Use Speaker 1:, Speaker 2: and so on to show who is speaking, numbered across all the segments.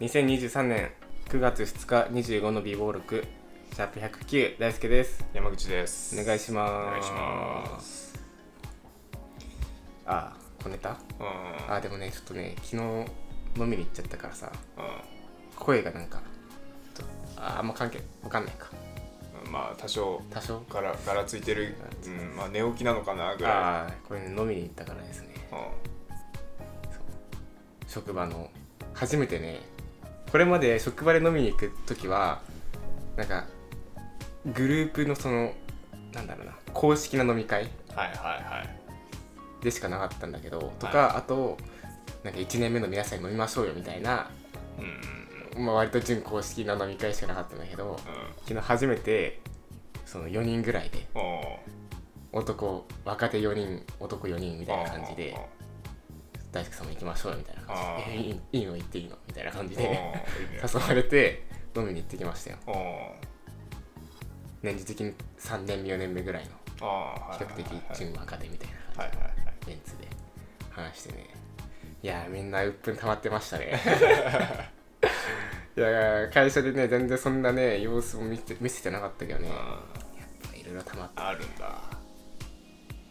Speaker 1: 2023年9月2日25の美貌録シャープ109大輔です
Speaker 2: 山口です
Speaker 1: お願いします
Speaker 2: お願いします
Speaker 1: あー小ネタ
Speaker 2: うん
Speaker 1: あーでもねちょっとね昨日飲みに行っちゃったからさ
Speaker 2: う
Speaker 1: 声がなんかちょっとあーあんま関係わかんないか
Speaker 2: んまあ多少
Speaker 1: 多少
Speaker 2: ガラガラついてる、うんまあ、寝起きなのかなぐら
Speaker 1: ああーこれね飲みに行ったからですね
Speaker 2: い、うん、
Speaker 1: 職場の初めてねこれまで職場で飲みに行く時はなんかグループのそのなんだろうな公式な飲み会
Speaker 2: はいはい
Speaker 1: でしかなかったんだけどとか、あとなんか1年目の皆さんに飲みましょうよみたいな、
Speaker 2: はいうんうん
Speaker 1: まあ、割と準公式な飲み会しかなかったんだけど
Speaker 2: う
Speaker 1: 昨日初めてその4人ぐらいで
Speaker 2: んお
Speaker 1: 男若手4人男4人み
Speaker 2: み
Speaker 1: たいな感じで大輔さんも行きましょうよみたいな感じで「
Speaker 2: あ
Speaker 1: えいいいいの行っていいの?」みたいな感じ
Speaker 2: おーいい
Speaker 1: で
Speaker 2: ね
Speaker 1: 誘われて飲みに行ってきましたよ
Speaker 2: おー
Speaker 1: 年次的に3年目4年目ぐらいの
Speaker 2: あーはい
Speaker 1: 比較的純若手みたいな感じ
Speaker 2: はいはいはい
Speaker 1: メンツで話してねいやーみんな鬱憤溜まってました ねいやー会社でね全然そんなね様子も見て見せてなかったけどね
Speaker 2: うん
Speaker 1: いろいろ溜まって
Speaker 2: あるんだ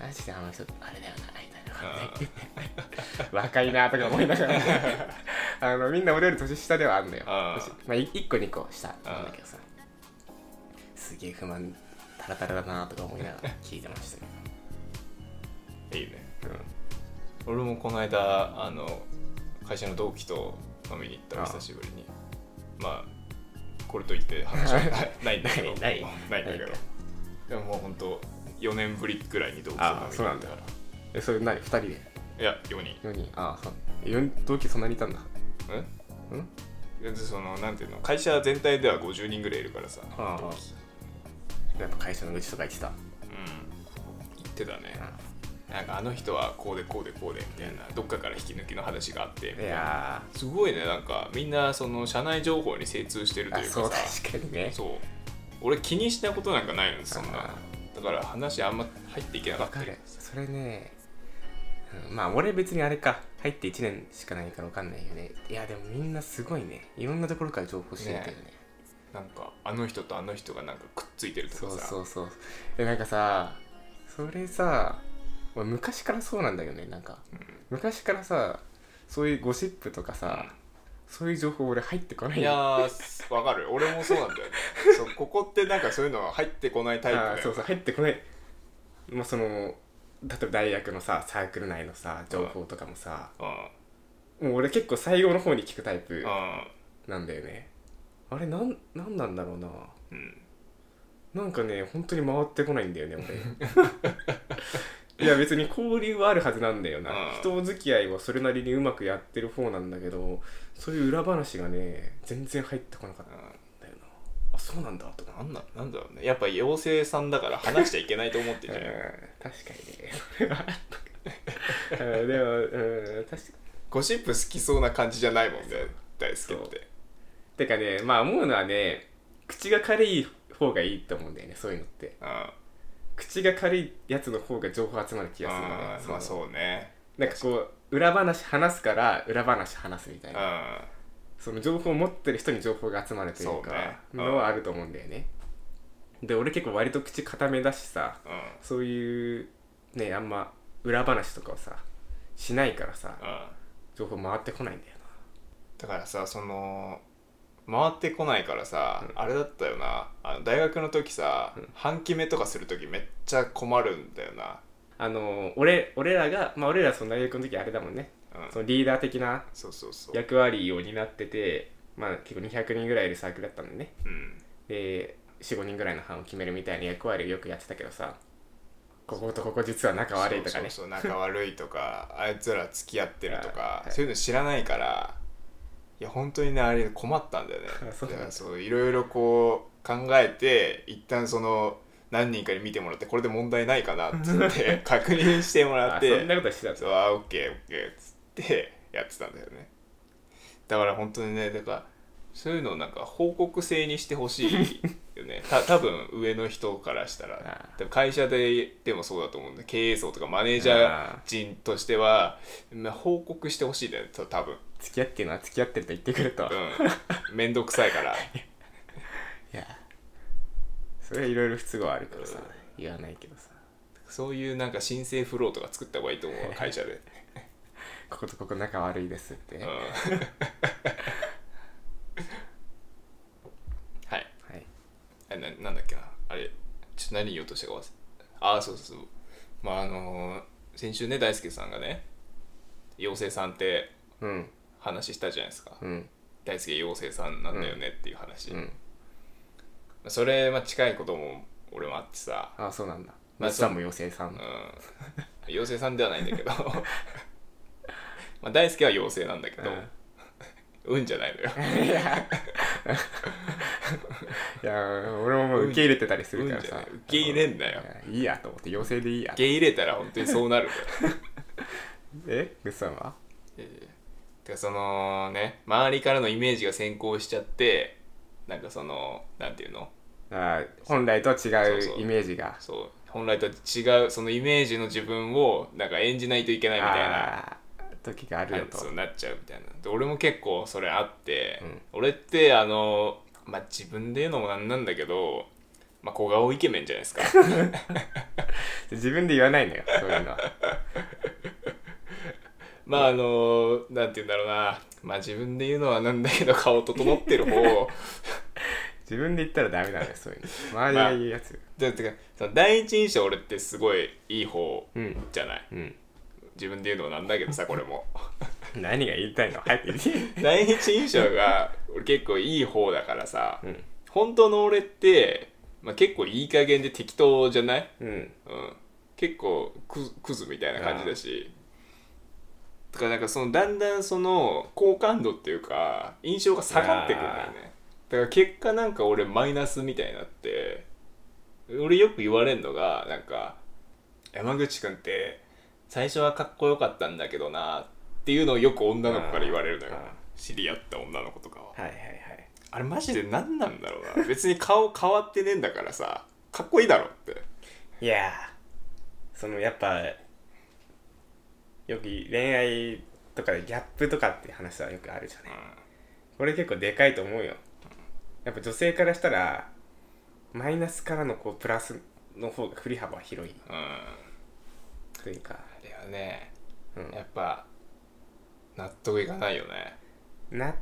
Speaker 1: マジであの人あれだよなみたいな感じで 若いなーとか思いながらあのみんな俺より年下ではあるのよ
Speaker 2: あー
Speaker 1: 年まあ、い1個2個下なんだけどさすげえ不満タラタラだなーとか思いながら聞いてましたけど
Speaker 2: いいね俺もこの間あの会社の同期と飲みに行
Speaker 1: あ
Speaker 2: っ
Speaker 1: あ
Speaker 2: た久しぶりにまあこれといって 話はないんだけど
Speaker 1: ない
Speaker 2: な
Speaker 1: ない
Speaker 2: いんだけ
Speaker 1: ない
Speaker 2: ど
Speaker 1: か
Speaker 2: でももう本当4年ぶりくらいに同期と飲
Speaker 1: ああ
Speaker 2: みに
Speaker 1: そうな
Speaker 2: 行
Speaker 1: ん
Speaker 2: っ
Speaker 1: だ
Speaker 2: たか
Speaker 1: えそれ何2人で
Speaker 2: らいや4人
Speaker 1: 4人ああそう四同期そんなにいたんだ
Speaker 2: うん
Speaker 1: うん
Speaker 2: 全然そのなんていうの会社全体では50人ぐらいいるからさ
Speaker 1: ああ
Speaker 2: 同期
Speaker 1: やっぱ会社の愚痴とか言ってた
Speaker 2: うん言ってたねなんかあの人はこうでこうでこうでみたいなどっかから引き抜きの話があってみた
Speaker 1: い
Speaker 2: いな
Speaker 1: や
Speaker 2: すごいねなんかみんなその社内情報に精通してる
Speaker 1: ー
Speaker 2: と
Speaker 1: あ
Speaker 2: いう
Speaker 1: そう
Speaker 2: かさ
Speaker 1: 確かにね
Speaker 2: そう俺気にしたことなんかないのそん
Speaker 1: あ
Speaker 2: なだから話あんま入っていけなか
Speaker 1: わ
Speaker 2: った
Speaker 1: か
Speaker 2: り
Speaker 1: るそれね、うんまあ俺別にあれか入って1年しかないからわかんないよねいやでもみんなすごいねいろんなところから情報知れてるね
Speaker 2: なんかあの人とあの人がなんかくっついてると
Speaker 1: そ
Speaker 2: か
Speaker 1: う
Speaker 2: さ
Speaker 1: そうそうでなんかさそれさ俺昔からそうなんだよねなんか
Speaker 2: うん
Speaker 1: 昔からさそういうゴシップとかさ、そういう情報俺入ってこない
Speaker 2: い
Speaker 1: んだよ
Speaker 2: やーわかる俺もそうなんだ よねそうここってなんかそういうのは入ってこないタイプ
Speaker 1: あ
Speaker 2: だ
Speaker 1: ー
Speaker 2: よ
Speaker 1: そうそう入ってこない、まあ、その例えば大学のさサークル内のさ情報とかもさ、
Speaker 2: うん
Speaker 1: もう俺結構最後の方に聞くタイプ
Speaker 2: うん
Speaker 1: なんだよね、あれなんなんなんだろうな
Speaker 2: うん
Speaker 1: なんかね本当に回ってこないんだよね俺 いや別に交流はあるはずなんだよな、
Speaker 2: うん
Speaker 1: 人付き合いはそれなりにうまくやってる方なんだけどそういう裏話がね全然入ってこなかったんだよなあそうなんだとか
Speaker 2: なんなんなんだろうねやっぱ妖精さんだから話しちゃいけないと思ってんじゃない
Speaker 1: うん確かにねそれはあったかうんでもうん確か
Speaker 2: ゴシップ好きそうな感じじゃないもんね大好きって
Speaker 1: てかねまあ思うのはね口が軽い方がいいと思うんだよねそういうのって
Speaker 2: うん
Speaker 1: 口が軽いやつの方が情報集まる気がするのね
Speaker 2: あーまあ
Speaker 1: う
Speaker 2: そうね
Speaker 1: なんかこう裏話話すから裏話話すみた
Speaker 2: う
Speaker 1: い
Speaker 2: ん
Speaker 1: なその情報を持ってる人に情報が集まるという
Speaker 2: そうね
Speaker 1: か
Speaker 2: うん
Speaker 1: のはあると思うんだよねで俺結構割と口固めだしさ
Speaker 2: うん
Speaker 1: そういうねあんま裏話とかをさしないからさ
Speaker 2: うん
Speaker 1: 情報回ってこないんだよ
Speaker 2: だからさその回ってこないからさ、
Speaker 1: う
Speaker 2: あれだったよなあの大学の時さ、半決めとかする時めっちゃ困るんだよな、
Speaker 1: なあの俺俺らがまあ俺らその大学の時あれだもんね
Speaker 2: うん、
Speaker 1: そのリーダー的な
Speaker 2: そうそうそう
Speaker 1: 役割を担っててまあ結構200人ぐらいいるサークルだったんでね
Speaker 2: うん
Speaker 1: で45人ぐらいの班を決めるみたいな役割をよくやってたけどさこことここ実は仲悪いとかね
Speaker 2: そうそうそう仲悪い とかあいつら付き合ってると
Speaker 1: あ、
Speaker 2: か
Speaker 1: はい
Speaker 2: そういうの知らないからいや本当にねあれ困ったんだよね
Speaker 1: あ そうなんだ
Speaker 2: だからそういろいろこう考えて一旦その何人かに見てもらってこれで問題ないかなっつっ て確認してもら
Speaker 1: あそ
Speaker 2: って
Speaker 1: んなことしてたんだ
Speaker 2: そうあオッケーオッケーっつってやってたんだよねだから本当にねだからそういうのをなんか報告制にしてほしいよ ねた多分上の人からしたら
Speaker 1: あー
Speaker 2: 多分会社ででもそうだと思うんで経営層とかマネージャー陣としては、まあ、報告してほしいんだよねた多分
Speaker 1: 付き合ってるのは付き合ってると言ってくると、い
Speaker 2: うん面倒くさいから
Speaker 1: やそれはいろいろ不都合あるからさ、
Speaker 2: うん
Speaker 1: 言わないけどさ
Speaker 2: そういうなんか申請フローとか作った方がいいと思うわ 会社で、
Speaker 1: こことここ仲悪いですって、
Speaker 2: うん、
Speaker 1: は
Speaker 2: はい
Speaker 1: い
Speaker 2: あななんだっけなあれちょっと何言おうとしたか忘れああそうそうそうまああのー先週ね大輔さんがね妖精さんって
Speaker 1: うん
Speaker 2: 話したじゃないですか、
Speaker 1: うん
Speaker 2: 大輔妖精さんなんだよねっていう話、
Speaker 1: うん
Speaker 2: それ、まあ、近いことも俺もあってさ、
Speaker 1: ああそうなんだ
Speaker 2: まあ
Speaker 1: 松さん
Speaker 2: そう
Speaker 1: も妖精さん
Speaker 2: う
Speaker 1: も
Speaker 2: ん、 妖精さんではないんだけど まあ大輔は妖精なんだけど、 運じゃないのよ
Speaker 1: いやいや俺ももう受け入れてたりするから
Speaker 2: 運じゃな
Speaker 1: さ
Speaker 2: い受け入れんなよ
Speaker 1: いいやと思って妖精でいいや
Speaker 2: 受け入れたら本当にそうなるから
Speaker 1: えグッさんは
Speaker 2: えーてかそのね周りからのイメージが先行しちゃってなんかそのなんていうの
Speaker 1: あー本来とは違
Speaker 2: そうそう
Speaker 1: うイメージが
Speaker 2: そう本来とは違うそのイメージの自分をなんか演じないといけないみたいな
Speaker 1: あー時があるよと
Speaker 2: そうなっちゃうみたいなで俺も結構それあって、
Speaker 1: うん
Speaker 2: 俺ってあのまあ自分で言うのもなんなんだけど、まあ、小顔イケメンじゃないで すか
Speaker 1: 自分で言わないのよそういうのは
Speaker 2: まああのなんて言うんだろうなまあ自分で言うのはなんだけど顔整ってる 方
Speaker 1: 自分で言ったらダメなのよそういうの周りが言うやつ、
Speaker 2: でてかその第一印象俺ってすごいいい方
Speaker 1: うん
Speaker 2: じゃない
Speaker 1: うん
Speaker 2: 自分で言うのもなんだけどさこれも
Speaker 1: 何が言いたいの早く言え
Speaker 2: 第一印象が俺結構いい方だからさ
Speaker 1: うん
Speaker 2: 本当の俺って、まあ、結構いい加減で適当じゃない、
Speaker 1: うん
Speaker 2: うん、結構クズクズみたいな感じだしだからなんかそのだんだんその好感度っていうか印象が下がってくるんだよねだから結果なんか俺マイナスみたいになって俺よく言われるのがなんか山口君って最初はかっこよかったんだけどなっていうのをよく女の子から言われるのよ
Speaker 1: あーあ
Speaker 2: 知り合った女の子とかは
Speaker 1: はいはいはい
Speaker 2: あれマジで何なんだろうな別に顔変わってねえんだからさかっこいいだろって
Speaker 1: いやーそのやっぱよく恋愛とかでギャップとかって話はよくあるじゃないこれ結構でかいと思うよやっぱ女性からしたらマイナスからのこうプラスの方が振り幅は広い
Speaker 2: うん、うん
Speaker 1: というか、
Speaker 2: あれはね
Speaker 1: うん
Speaker 2: やっぱ納得いかないよね
Speaker 1: な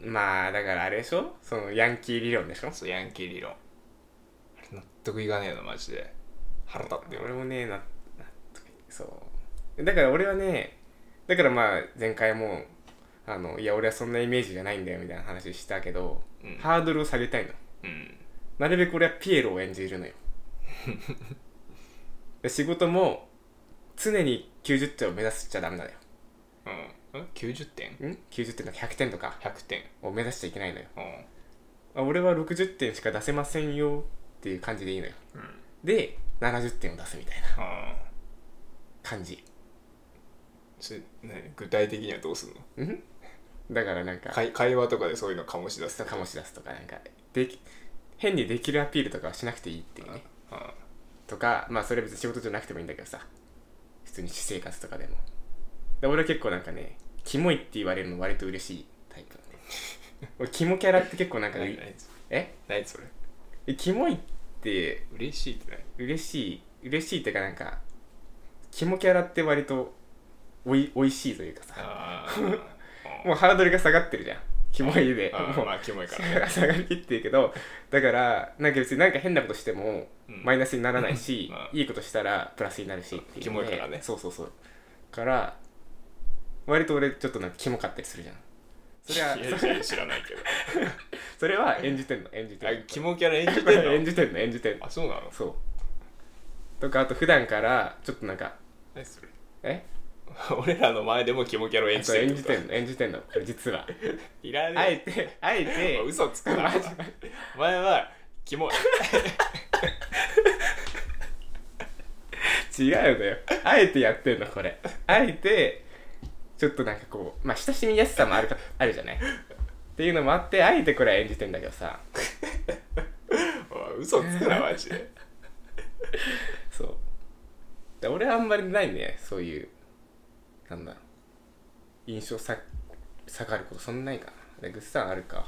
Speaker 1: まあだからあれでしょそのヤンキー理論でしょ
Speaker 2: そうヤンキー理論あれ納得いかねえのマジで腹立って
Speaker 1: 俺
Speaker 2: 俺
Speaker 1: もねななそうだから俺はねだからまあ前回もあのいや俺はそんなイメージじゃないんだよみたいな話したけど、
Speaker 2: うん
Speaker 1: ハードルを下げたいの
Speaker 2: うん
Speaker 1: なるべく俺はピエロを演じるのよ で仕事も常に90点を目指しちゃダメなのよ
Speaker 2: うんん90点
Speaker 1: ん90点とか100点とか
Speaker 2: 100点
Speaker 1: を目指しちゃいけないのよ
Speaker 2: うん
Speaker 1: あ俺は60点しか出せませんよっていう感じでいいのよ
Speaker 2: うんうん
Speaker 1: で70点を出すみたいな感じ
Speaker 2: それ何具体的にはどうすんの
Speaker 1: んだからなんか
Speaker 2: 会会話とかでそういうの醸し出す
Speaker 1: そう醸し出すとかなんかでき変にできるアピールとかはしなくていいっていうね
Speaker 2: うん
Speaker 1: とかまあそれは別に仕事じゃなくてもいいんだけどさ普通に私生活とかでもで俺は結構なんかねキモいって言われるの割と嬉しいタイプなんで 俺キモキャラって結構なんか
Speaker 2: 何
Speaker 1: ね
Speaker 2: 何
Speaker 1: え
Speaker 2: 何それ
Speaker 1: えキモいって
Speaker 2: 嬉しいってない
Speaker 1: 嬉しい嬉しいっていうかなんかキモキャラって割とおいおいしいというかさ
Speaker 2: あ
Speaker 1: もうハードルが下がってるじゃんキモいで
Speaker 2: あ
Speaker 1: もう
Speaker 2: まあキモいからね
Speaker 1: 下がりきってるけどだからなんか別になんか変なことしても
Speaker 2: うん
Speaker 1: マイナスにならないし、
Speaker 2: うん
Speaker 1: いいことしたらプラスになるしっていうので
Speaker 2: キモいからね
Speaker 1: そうそうそうから割と俺ちょっとなんかキモかったりするじゃんそれ
Speaker 2: いや
Speaker 1: はい
Speaker 2: や知らない けど
Speaker 1: それは演じてんの演じて
Speaker 2: あ
Speaker 1: んの
Speaker 2: キモキャラ演じ
Speaker 1: こ
Speaker 2: てん
Speaker 1: れ
Speaker 2: の
Speaker 1: 演じてんの演じてんの
Speaker 2: あそうなの
Speaker 1: そうとかあと普段からちょっとなんか
Speaker 2: 何それ
Speaker 1: え
Speaker 2: 俺らの前でもキモキャラを演
Speaker 1: あ
Speaker 2: じ
Speaker 1: と
Speaker 2: てる
Speaker 1: 演じてんの演じてんのこれ実は
Speaker 2: いら
Speaker 1: あ
Speaker 2: な
Speaker 1: え
Speaker 2: い
Speaker 1: てあえて
Speaker 2: 嘘つくなお前はキモい
Speaker 1: 違うのよあえてやってんのこれあえてちょっとなんかこうまあ親しみやすさもあるかあるじゃないっていうのもあってあえてこれは演じてんだけどさ
Speaker 2: おい嘘つくなマジで
Speaker 1: そうで俺はあんまりないねそういうなんだろう印象さ下がることそんなないかなでグッさんあるか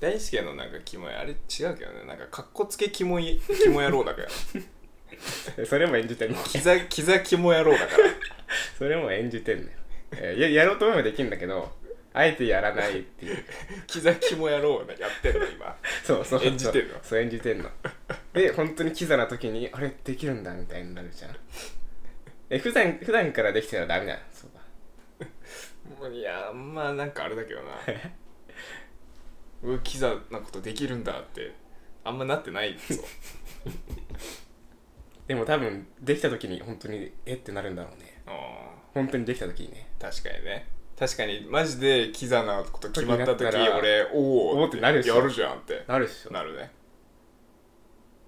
Speaker 2: 大輔のなんかキモいあれ違うけどねなんかかっこつけキモいキモ野郎 だから
Speaker 1: えそれも演じてんの
Speaker 2: キザキザキモ野郎だから
Speaker 1: それも演じてんのよ、えーや やろうと思えばできるんだけどあえてやらないっていう
Speaker 2: キザキモ野郎をねやってんの今
Speaker 1: そうそうそう
Speaker 2: 演じてんの
Speaker 1: そう演じてんので本当にキザな時にあれできるんだみたいになるじゃんえ普段普段からできてたらダメなのそうか
Speaker 2: もういやまあなんかあれ だけどなうわキザなことできるんだってあんまなって ないぞ
Speaker 1: でも多分できた時に本当にえってなるんだろうね
Speaker 2: あ
Speaker 1: 本当にできた時にね
Speaker 2: ー確かにね確かにマジでキザなこと決まった
Speaker 1: 時
Speaker 2: 時
Speaker 1: になったら
Speaker 2: 俺お
Speaker 1: お
Speaker 2: お
Speaker 1: ーってなるでしょ
Speaker 2: やるじゃんって
Speaker 1: なるっしょ
Speaker 2: なるね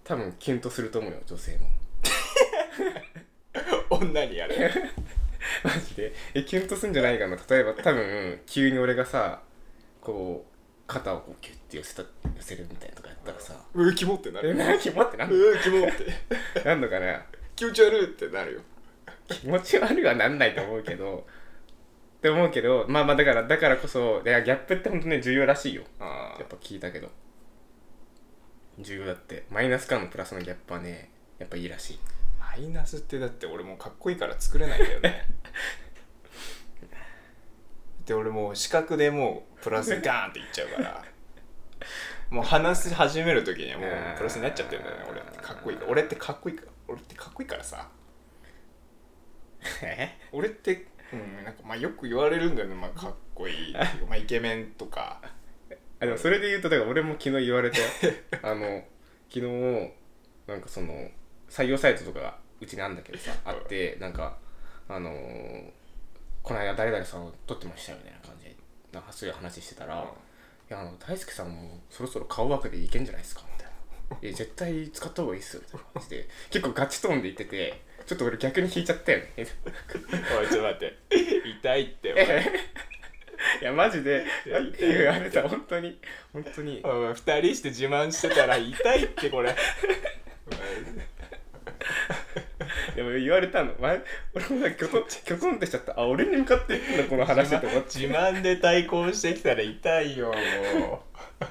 Speaker 1: 多分キュンとすると思うよ女性も
Speaker 2: 女にやれ
Speaker 1: マジでえキュンとするんじゃないかな例えば多分急に俺がさこう肩をこうキュッて寄せた寄せるみたいなとかやったらさ
Speaker 2: うーキモってな
Speaker 1: え
Speaker 2: る
Speaker 1: なキモってなん
Speaker 2: うーキモって
Speaker 1: なんのかな
Speaker 2: 気持ち悪いってなるよ
Speaker 1: 気持ち悪いはなんないと思うけど って思うけどまあまあだからだからこそいやギャップって本当ね重要らしいよ
Speaker 2: あ
Speaker 1: やっぱ聞いたけど重要だってマイナス感のプラスのギャップはねやっぱいいらしい
Speaker 2: マイナスってだって俺もうかっこいいから作れないんだ よねで俺もう視覚でもうプラスガーンっていっちゃうからもう話し始める時にはもうプラスになっちゃってるんだよね俺ってかっこいいから俺ってかっこいいから俺ってかっこいいからさ
Speaker 1: え
Speaker 2: 俺って、うん、なんかまあよく言われるんだよね、まあ、かっこ いいっていう、まあ、イケメンとか
Speaker 1: あでもそれで言うとだから俺も昨日言われて あの昨日なんかその採用サイトとかがうちにあんだけどさあってなんかあのーこの間誰々さんを撮ってましたよみたいな感じでなんかそういう話してたら、いやあの大輔さんもそろそろ顔枠でいけんじゃないですかみたいな「いや絶対使った方がいいっすよ」みたいな感じで結構ガチトーンで言っててちょっと俺逆に引いちゃったよね
Speaker 2: おいちょっと待って痛いってお前
Speaker 1: えいやマジで
Speaker 2: いや
Speaker 1: って言われた本当に本当に
Speaker 2: お前二人して自慢してたら痛いってこれ
Speaker 1: でも言われたの、前俺もさ、きょとん、きょとんってしちゃった。あ、俺に向かって言ってんだ、この話って思って。
Speaker 2: 自慢で対抗してきたら痛いよもう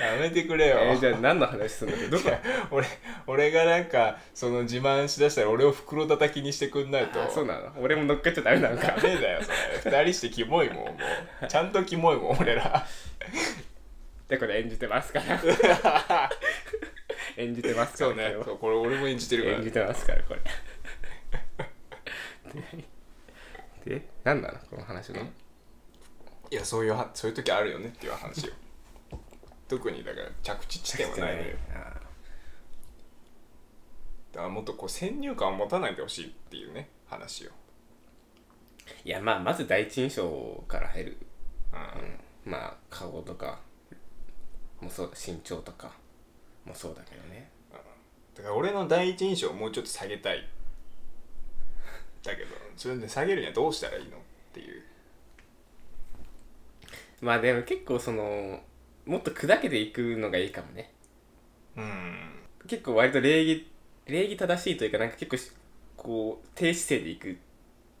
Speaker 2: やめてくれよ、
Speaker 1: えーじゃあ何の話するんだっけどこ
Speaker 2: 俺俺がなんかその自慢しだしたら俺を袋叩きにしてくんないと
Speaker 1: あそうなの俺も乗っけちゃダメなのか
Speaker 2: ダ。メだよそれ二人してキモいもんもうちゃんとキモいもん俺ら
Speaker 1: で、これ演じてますから。 演じてますから。
Speaker 2: そうね
Speaker 1: これを
Speaker 2: そうこれ俺も演じてるから、
Speaker 1: 演じてますから、 これ。で、で何なのこの話の。
Speaker 2: いやそういうはそういう時あるよねっていう話 よ特にだから着地地点はないのよ
Speaker 1: あ
Speaker 2: だからもっとこう先入観を持たないでほしいっていうね話よ、
Speaker 1: ーいや、まあ、まず第一印象から入る。
Speaker 2: うん
Speaker 1: うん、まあ顔とかもそう身長とかもそうだけどね
Speaker 2: だから俺の第一印象をもうちょっと下げたいだけどそれで下げるにはどうしたらいいのっていう
Speaker 1: まあでも結構そのもっと砕けていくのがいいかもね
Speaker 2: うん
Speaker 1: 結構割と礼儀礼儀正しいというかなんか結構しこう低姿勢でいくじ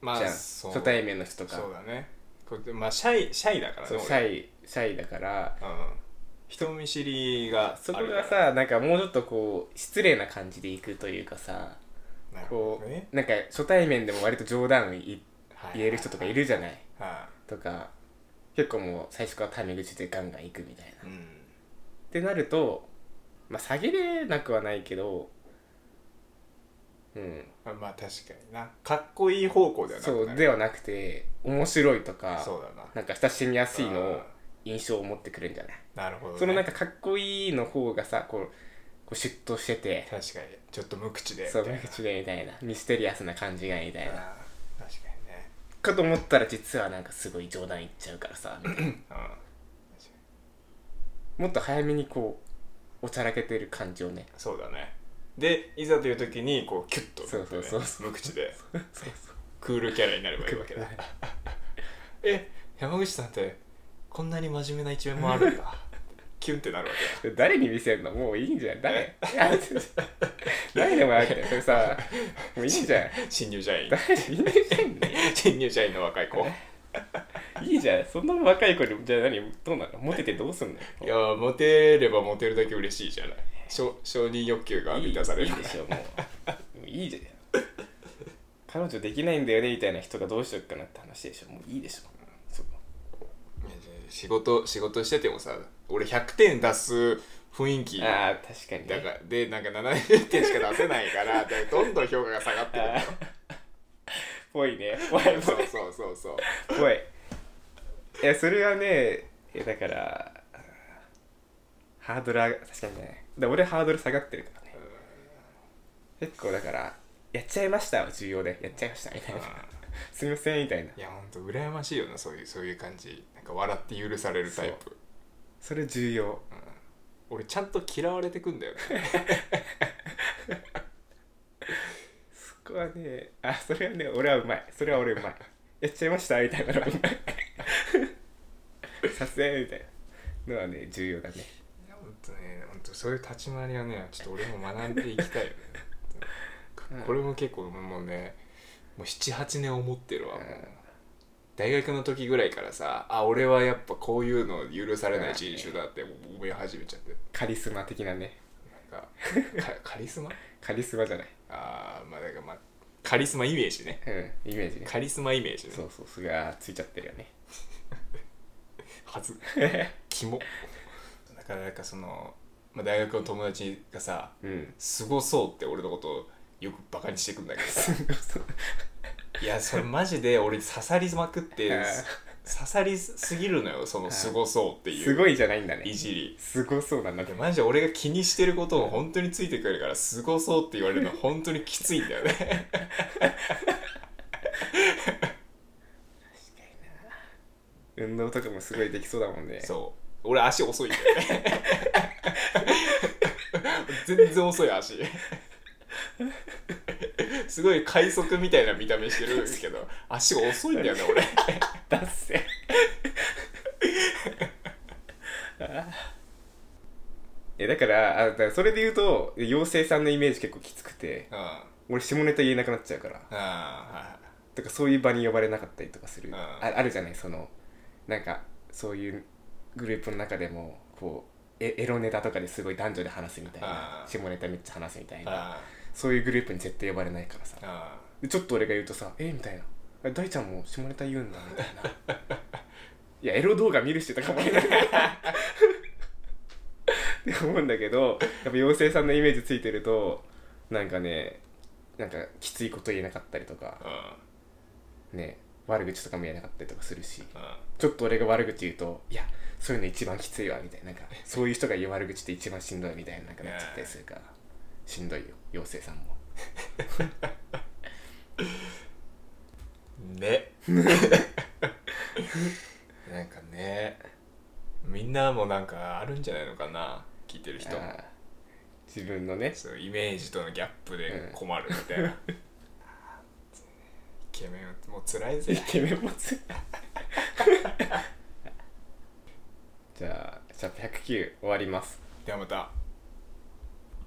Speaker 2: ま
Speaker 1: ゃん、
Speaker 2: あそう
Speaker 1: 初対面の人とか
Speaker 2: そうだねこうまあシャイシャイだからね
Speaker 1: そうシ
Speaker 2: イ、
Speaker 1: ャイシャイだから
Speaker 2: うん、人見知りがある
Speaker 1: そ
Speaker 2: か
Speaker 1: こ
Speaker 2: ら
Speaker 1: がさなんかもうちょっとこう失礼な感じでいくというかさ
Speaker 2: なる
Speaker 1: こ
Speaker 2: ほどね
Speaker 1: うなんか初対面でも割と冗談い言える人とかいるじゃない
Speaker 2: は
Speaker 1: とか結構もう最初からタメ口でガンガン行くみたいな。
Speaker 2: いうん
Speaker 1: ってなると、まあ、下げれなくはないけどうん
Speaker 2: まあまあ確かになかっこいい方向ではなく
Speaker 1: そ
Speaker 2: な
Speaker 1: う
Speaker 2: る
Speaker 1: ではなくて面白いとか
Speaker 2: そうだな
Speaker 1: なんか親しみやすいの
Speaker 2: う
Speaker 1: を
Speaker 2: ん
Speaker 1: 印象を持ってくれるんじゃない、
Speaker 2: なるほど、ね、
Speaker 1: そのなんかかっこいいの方がさこうこうシュッとしてて
Speaker 2: 確かにちょっと無口で
Speaker 1: そう
Speaker 2: みた
Speaker 1: 無
Speaker 2: いな
Speaker 1: 口でみたいなミステリアスな感じがみたいな
Speaker 2: あー確かにね
Speaker 1: かと思ったら実はなんかすごい冗談言っちゃうからさみたいな
Speaker 2: うん確かに
Speaker 1: もっと早めにこうおちゃらけてる感じをね
Speaker 2: そうだねでいざという時にこうキュッと
Speaker 1: そうそうそうそう
Speaker 2: 無口で
Speaker 1: そうそう
Speaker 2: クールキャラになればいいわけだえ山口さんってこんなに真面目な一面もある んだキュンってなるわけ
Speaker 1: 誰に見せるのもういいんじゃん 誰誰でもやってそれさもういいんじゃん
Speaker 2: 新入社員
Speaker 1: 誰に見せんの
Speaker 2: 新入社員の若い子
Speaker 1: いいじゃんそんな若い子にじゃあ何どうなのモテてどうすんの
Speaker 2: いやーモテればモテるだけ嬉しいじゃない承承認欲求が満たされる
Speaker 1: いいいいでしょもうもういいじゃん彼女できないんだよねみたいな人がどうしよっかなって話でしょもういいでしょそう
Speaker 2: 仕事仕事しててもさ俺100点出す雰囲気だ
Speaker 1: ああ確かに、ね、
Speaker 2: からでなんか70点しか出せない からだからどんどん評価が下がってくる
Speaker 1: あーぽい ねぽいぽい
Speaker 2: そうそうそうそう
Speaker 1: ぽいいやそれはねいやだからハードル上が確かにねで俺ハードル下がってるからね結構だからやっちゃいましたは重要でやっちゃいましたみたいなすみませんみたいない
Speaker 2: やほんと羨ましいよなそういうそういう感じなんか笑って許されるタイプ
Speaker 1: それ重要
Speaker 2: 俺ちゃんと嫌われてくんだよね
Speaker 1: そこはねあそれはね俺はうまいそれは俺うまいやっちゃいましたみたいなのはうま いさすがみたいなのはね重要だね
Speaker 2: いやほんとねほんとそういう立ち回りはねちょっと俺も学んでいきたい よね
Speaker 1: うん
Speaker 2: これも結構もうねもう78年思ってるわもう
Speaker 1: うん
Speaker 2: 大学の時ぐらいからさあ俺はやっぱこういうの許されない人種だってもう思い始めちゃって
Speaker 1: カリスマ的なね
Speaker 2: なんかかカリスマ
Speaker 1: カリスマじゃない
Speaker 2: あーまあだからまあカリスマイメージね
Speaker 1: うんイメージね
Speaker 2: カリスマイメージね
Speaker 1: そうそうそれがついちゃってるよね
Speaker 2: はずキモ だからなんかその、まあ、大学の友達がさ
Speaker 1: うん
Speaker 2: すごそうって俺のことをよくバカにしてくんだけどさいやそれマジで俺刺さりまくって
Speaker 1: うん
Speaker 2: 刺さりすぎるのよそのすごそうって
Speaker 1: す
Speaker 2: いう
Speaker 1: ごいじゃないんだね
Speaker 2: いじり
Speaker 1: すごそうなんだ
Speaker 2: で
Speaker 1: でも
Speaker 2: マジで俺が気にしてることを本当についてくるからすごそうって言われるの本当にきついんだよ ね
Speaker 1: 運動とかもすごいできそうだもんね
Speaker 2: そう俺足遅いんだよね全然遅い足すごい快速みたいな見た目してるけど足が遅いんだよね 俺
Speaker 1: だっせ えだからあだからそれで言うと妖精さんのイメージ結構きつくて
Speaker 2: うん
Speaker 1: 俺下ネタ言えなくなっちゃうから
Speaker 2: あ
Speaker 1: とかそういう場に呼ばれなかったりとかする、
Speaker 2: うん
Speaker 1: ああるじゃないそのなんかそういうグループの中でもこうエエロネタとかですごい男女で話すみたいな
Speaker 2: うん
Speaker 1: 下ネタめっちゃ話すみたい
Speaker 2: ーはい
Speaker 1: な
Speaker 2: はい
Speaker 1: そういうグループに絶対呼ばれないからさ
Speaker 2: うんうん
Speaker 1: でちょっと俺が言うとさ「えみたいな「え大ちゃんも下ネタ言うんだ」みたいな「いやエロ動画見るし」とか思いながらって思うんだけどやっぱ妖精さんのイメージついてるとなんかねなんかきついこと言えなかったりとかね悪口とかも言えなかったりとかするし
Speaker 2: う
Speaker 1: ちょっと俺が悪口言うと「いやそういうの一番きついわ」みたいななんかそういう人が言う悪口って一番しんどいみたいななんかなっちゃったりするからしんどいよ妖精さんも。
Speaker 2: んねなんかねみんなもなんかあるんじゃないのかな聞いてる人
Speaker 1: あ
Speaker 2: も
Speaker 1: ー自分のね
Speaker 2: そうイメージとのギャップで困るみたいな、イケメンもう辛い
Speaker 1: イ
Speaker 2: ぜ
Speaker 1: ケメン持 つじゃあシャープ109終わります
Speaker 2: ではまた